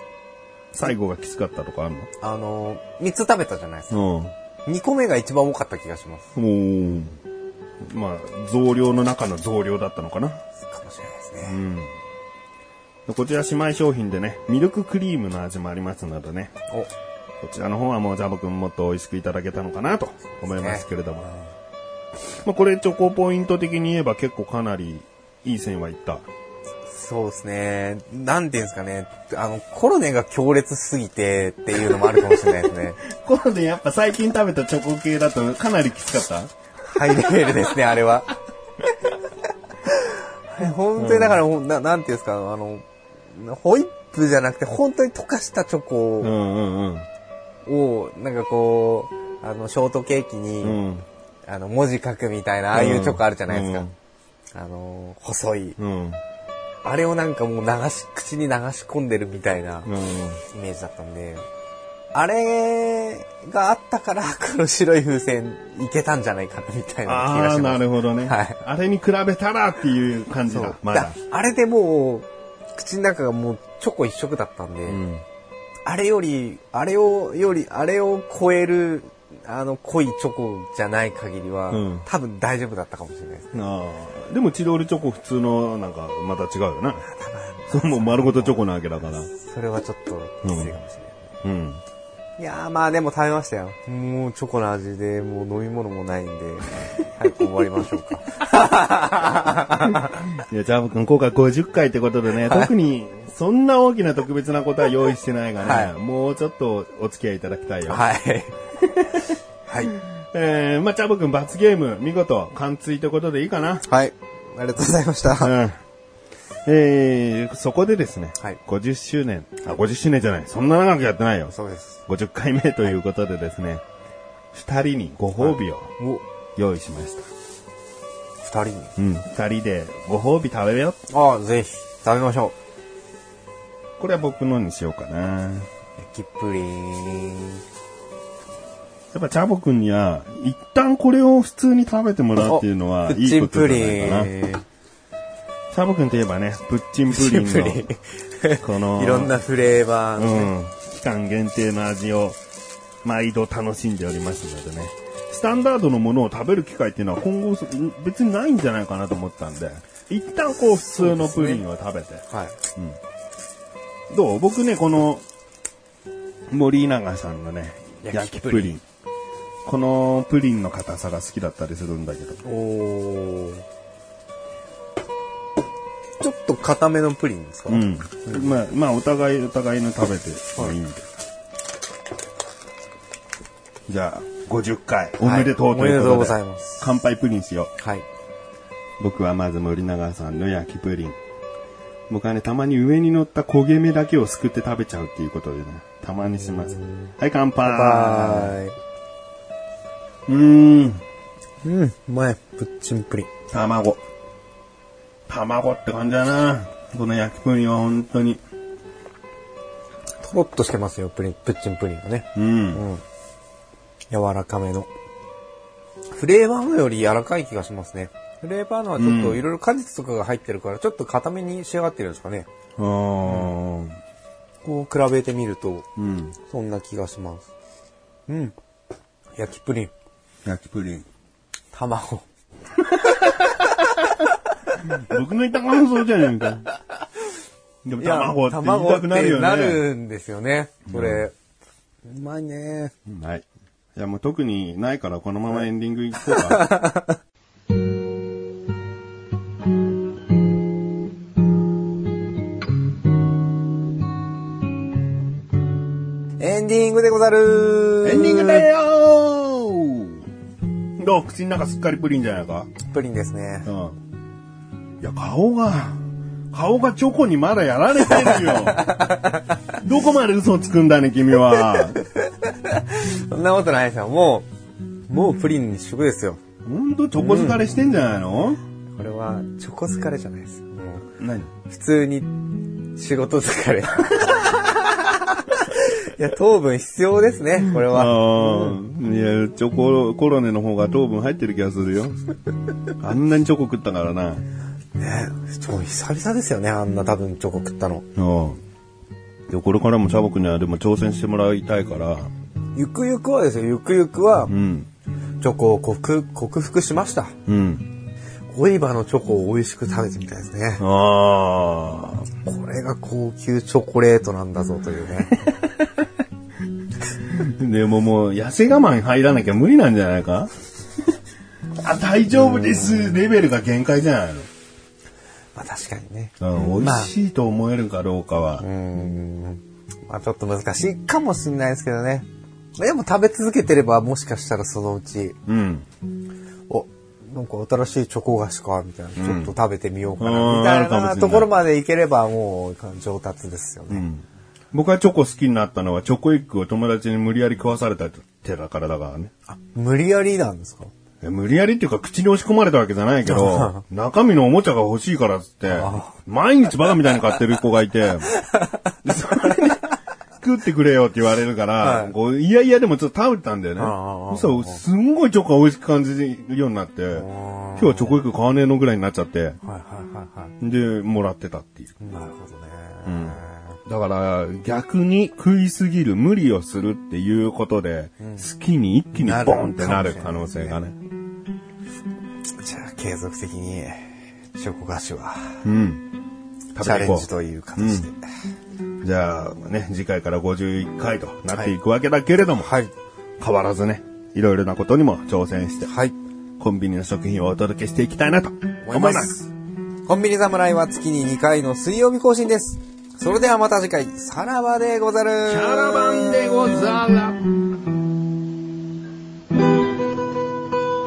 [SPEAKER 3] 最後がきつかったとかある
[SPEAKER 2] あの、三つ食べたじゃないですか。
[SPEAKER 3] の
[SPEAKER 2] 二個目が一番多かった気がしま
[SPEAKER 3] う
[SPEAKER 2] す。
[SPEAKER 3] ん。おお。まあ、増量の中の増量だったのかな
[SPEAKER 2] かもしれないです
[SPEAKER 3] う
[SPEAKER 2] ね。
[SPEAKER 3] ん。こちら姉妹商品でね、ミルククリームの味もありますのでね、こちらの方はもうジャボくんもっと美味しくいただけたのかなと思いますけれども。まあこれチョコポイント的に言えば結構かなりいい線はいった。
[SPEAKER 2] お、そうですね。なんていうんですかね。あの、コロネが強烈すぎてっていうのもあるかもしれないですね。
[SPEAKER 3] これでやっぱ最近食べたチョコ系だとかなりきつかった
[SPEAKER 2] ハイレベルですね、あれは。本当にだから、ほんななんていうんですか、あの、ホイップじゃなくて、本当に溶かしたチョ
[SPEAKER 3] う
[SPEAKER 2] コ
[SPEAKER 3] んうん
[SPEAKER 2] を、なんかこう、あの、ショートケーキに、
[SPEAKER 3] うん。うん。
[SPEAKER 2] あの、文字書くみたいな、ああいうチョコあるじゃないですか。
[SPEAKER 3] うん
[SPEAKER 2] あの、細い。
[SPEAKER 3] うん。
[SPEAKER 2] あれをなんかもう流し、口に流し込んでるみたいな
[SPEAKER 3] うん。
[SPEAKER 2] イメージだったんで、あれがあったから、 この白い風船いけたんじゃないかな、みたいな気が
[SPEAKER 3] あ
[SPEAKER 2] し
[SPEAKER 3] あ、
[SPEAKER 2] ま
[SPEAKER 3] な
[SPEAKER 2] す。
[SPEAKER 3] るほどね。
[SPEAKER 2] はい
[SPEAKER 3] あれに比べたらっていう感じ
[SPEAKER 2] そう
[SPEAKER 3] だ。まだ。
[SPEAKER 2] あれでもう、口の中がもうチョコ一色だったんで、
[SPEAKER 3] うん。
[SPEAKER 2] あれより、あれを、より、あれを超える、あの、濃いチョコじゃない限りは、
[SPEAKER 3] うん
[SPEAKER 2] 多分大丈夫だったかもしれないです。
[SPEAKER 3] ああ。でもチロルチョコ普通のなんかまた違うよな。そうもう丸ごとチョコなわけだから。
[SPEAKER 2] それはちょっと、きついかもしれない。
[SPEAKER 3] うん。
[SPEAKER 2] いやーまあでも食べましたよ。もうチョコの味で、もう飲み物もないん で、早く終わりましょうか。
[SPEAKER 3] いや、ジャブ君今回50回ってことでね、特にそんな大きな特別なことは用意してないがね、
[SPEAKER 2] は
[SPEAKER 3] もうちょっとお付き合いいただきたいよ。
[SPEAKER 2] はい。はい。
[SPEAKER 3] えー、まあ、チャボくん罰ゲーム、見事、貫通ってことでいいかな。
[SPEAKER 2] はい。ありがとうございました。
[SPEAKER 3] う
[SPEAKER 2] は
[SPEAKER 3] ん。えー、そこでですね、
[SPEAKER 2] はい
[SPEAKER 3] 50周年、あ、50周年じゃない、そんな長くやってないよ。
[SPEAKER 2] そうです。
[SPEAKER 3] 50回目ということでですね、二人にご褒美を
[SPEAKER 2] お、
[SPEAKER 3] 用意しました。
[SPEAKER 2] 二人に。
[SPEAKER 3] うん、二人でご褒美食べよう。
[SPEAKER 2] ああ、ぜひ、食べましょ
[SPEAKER 3] これは僕のにしようかな。
[SPEAKER 2] う。焼きプリン。
[SPEAKER 3] やっぱチャボくんには、一旦これを普通に食べてもらうっていうのは、いいことじゃないかな。チ
[SPEAKER 2] プッチンプリン。
[SPEAKER 3] ャボくんといえばね、プッチンプリン
[SPEAKER 2] プリン
[SPEAKER 3] の、この、
[SPEAKER 2] いろんなフレーバーの、
[SPEAKER 3] うん、期間限定の味を毎度楽しんでおりますのでね。スタンダードのものを食べる機会っていうのは今後別にないんじゃないかなと思ったんで、一旦こう普通のプリンを食べて。
[SPEAKER 2] はい。
[SPEAKER 3] どう僕ね、この森永さんのね、焼
[SPEAKER 2] 焼
[SPEAKER 3] き
[SPEAKER 2] き
[SPEAKER 3] プ
[SPEAKER 2] プ
[SPEAKER 3] リ
[SPEAKER 2] リ
[SPEAKER 3] ン。
[SPEAKER 2] ン
[SPEAKER 3] このプリンの硬さが好きだったりするんだけど。
[SPEAKER 2] おー。ちょっと固めのプリンですか、
[SPEAKER 3] うん。まあ、まあ、お互いお互いの食べてもいいんで。じゃあ、50回おめでとうということで、
[SPEAKER 2] はいおめでとうございます
[SPEAKER 3] 乾杯プリンしよう。
[SPEAKER 2] はい。
[SPEAKER 3] 僕はまず森永さんの焼きプリン。僕はね、たまに上に乗った焦げ目だけをすくって食べちゃうっていうことでね、たまにします。はい、乾杯
[SPEAKER 2] は
[SPEAKER 3] うーん、
[SPEAKER 2] ーい。うん、うまい。プッチンプリン。
[SPEAKER 3] 卵。卵って感じだな。この焼きプリンは本当に。
[SPEAKER 2] とろっとしてますよ、プリン、プッチンプリンがね。
[SPEAKER 3] うん。
[SPEAKER 2] 柔らかめの。フレーバーのより柔らかい気がしますね。フレーバーのはちょっといろいろ果実とかが入ってるから、ちょっと固めに仕上がってるんですかね。
[SPEAKER 3] うーん。
[SPEAKER 2] こう比べてみると、
[SPEAKER 3] うん。
[SPEAKER 2] そんな気がします。うん。焼きプリン。
[SPEAKER 3] 焼きプリン。
[SPEAKER 2] 卵。
[SPEAKER 3] 僕の言った感想じゃないか。でも
[SPEAKER 2] いや
[SPEAKER 3] 卵って言いたくなるよね。
[SPEAKER 2] 卵ってなるんですよね、これ。うまいね。
[SPEAKER 3] はい。いやもう特にないからこのままエンディングいこうか。
[SPEAKER 2] エンディングでござる
[SPEAKER 3] エンディングだよーどう口の中すっかりプリンじゃないか
[SPEAKER 2] プリンですね。
[SPEAKER 3] うん。いや、顔が、顔がチョコにまだやられてるよ。どこまで嘘をつくんだね、君は。
[SPEAKER 2] そんなことないですよ。もう、もうプリン一色ですよ。
[SPEAKER 3] ほんとチョコ疲れしてんじゃないの、
[SPEAKER 2] これは、チョコ疲れじゃないです。もう、
[SPEAKER 3] 何
[SPEAKER 2] 普通に、仕事疲れ。い や、糖分必要ですね、これ
[SPEAKER 3] ああ
[SPEAKER 2] は。
[SPEAKER 3] ー、いや、チョココロネの方が糖分入ってる気がするよ。あんなにチョコ食ったからな。
[SPEAKER 2] ね、ちょ久々ですよね、あんな多分チョコ食ったの。
[SPEAKER 3] うん。で、これからもチャボくんにはでも挑戦してもらいたいから、
[SPEAKER 2] ゆくゆくはですよ、ゆくゆくは
[SPEAKER 3] う、ん、
[SPEAKER 2] チョコを克服克服しました。
[SPEAKER 3] うん。
[SPEAKER 2] 恋バのチョコを美味しく食べてみたいですね。
[SPEAKER 3] ああ、
[SPEAKER 2] これが高級チョコレートなんだぞというね。
[SPEAKER 3] でももう、痩せ我慢入らなきゃ無理なんじゃないか あ、大丈夫です。レベルが限界じゃない
[SPEAKER 2] まあ確かにね。
[SPEAKER 3] の。うん、美味しいと思えるかどうかは。
[SPEAKER 2] うーんまあちょっと難しいかもしれないですけどね。でも食べ続けてればもしかしたらそのうち、
[SPEAKER 3] うん。
[SPEAKER 2] お、なんか新しいチョコ菓子か、みたいな、ちょっと食べてみようか
[SPEAKER 3] う
[SPEAKER 2] な、
[SPEAKER 3] ん
[SPEAKER 2] みたい
[SPEAKER 3] あるかもしれな
[SPEAKER 2] ないところまでいければもう上達ですよね。
[SPEAKER 3] 僕はチョコ好きになったのはチョコエッグを友達に無理やり食わされた手だからだからね。
[SPEAKER 2] 無理やりなんですか
[SPEAKER 3] え無理やりっていうか口に押し込まれたわけじゃないけ ど、中身のおもちゃが欲しいからっつって、毎日バカみたいに買ってる子が いて、でそれに食ってくれよって言われるから、こういやいやでもちょっと食べてたんだよね。
[SPEAKER 2] あ
[SPEAKER 3] そしたらすんごいチョコが美味しく感じるようになって、今日はチョコエッグ買わねえのぐらいになっちゃって、
[SPEAKER 2] はいはいはいは
[SPEAKER 3] で、もらってたっていう。
[SPEAKER 2] い。なるほどね。
[SPEAKER 3] だから、逆に食いすぎる、無理をするっていうことで、好きに一気にボンってなる可能性がね。
[SPEAKER 2] じゃあ継続的にチョコ菓子は
[SPEAKER 3] うん。
[SPEAKER 2] チ
[SPEAKER 3] 食
[SPEAKER 2] ャ
[SPEAKER 3] べてい
[SPEAKER 2] レ
[SPEAKER 3] こ
[SPEAKER 2] ン
[SPEAKER 3] う
[SPEAKER 2] ジ。という形で。
[SPEAKER 3] じゃあね、次回から51回となっていくわけだけれども、
[SPEAKER 2] はい。
[SPEAKER 3] 変わらずね、いろいろなことにも挑戦して、
[SPEAKER 2] はい。
[SPEAKER 3] コンビニの食品をお届けしていきたいなと思
[SPEAKER 2] 思
[SPEAKER 3] いま。
[SPEAKER 2] いますす。コンビニ侍は月に2回の水曜日更新です。それではまた次回、さらばでござる。
[SPEAKER 3] キャラバンでござら。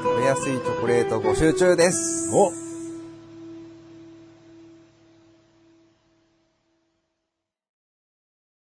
[SPEAKER 2] 食べやすいチョコレート募集中です。
[SPEAKER 3] お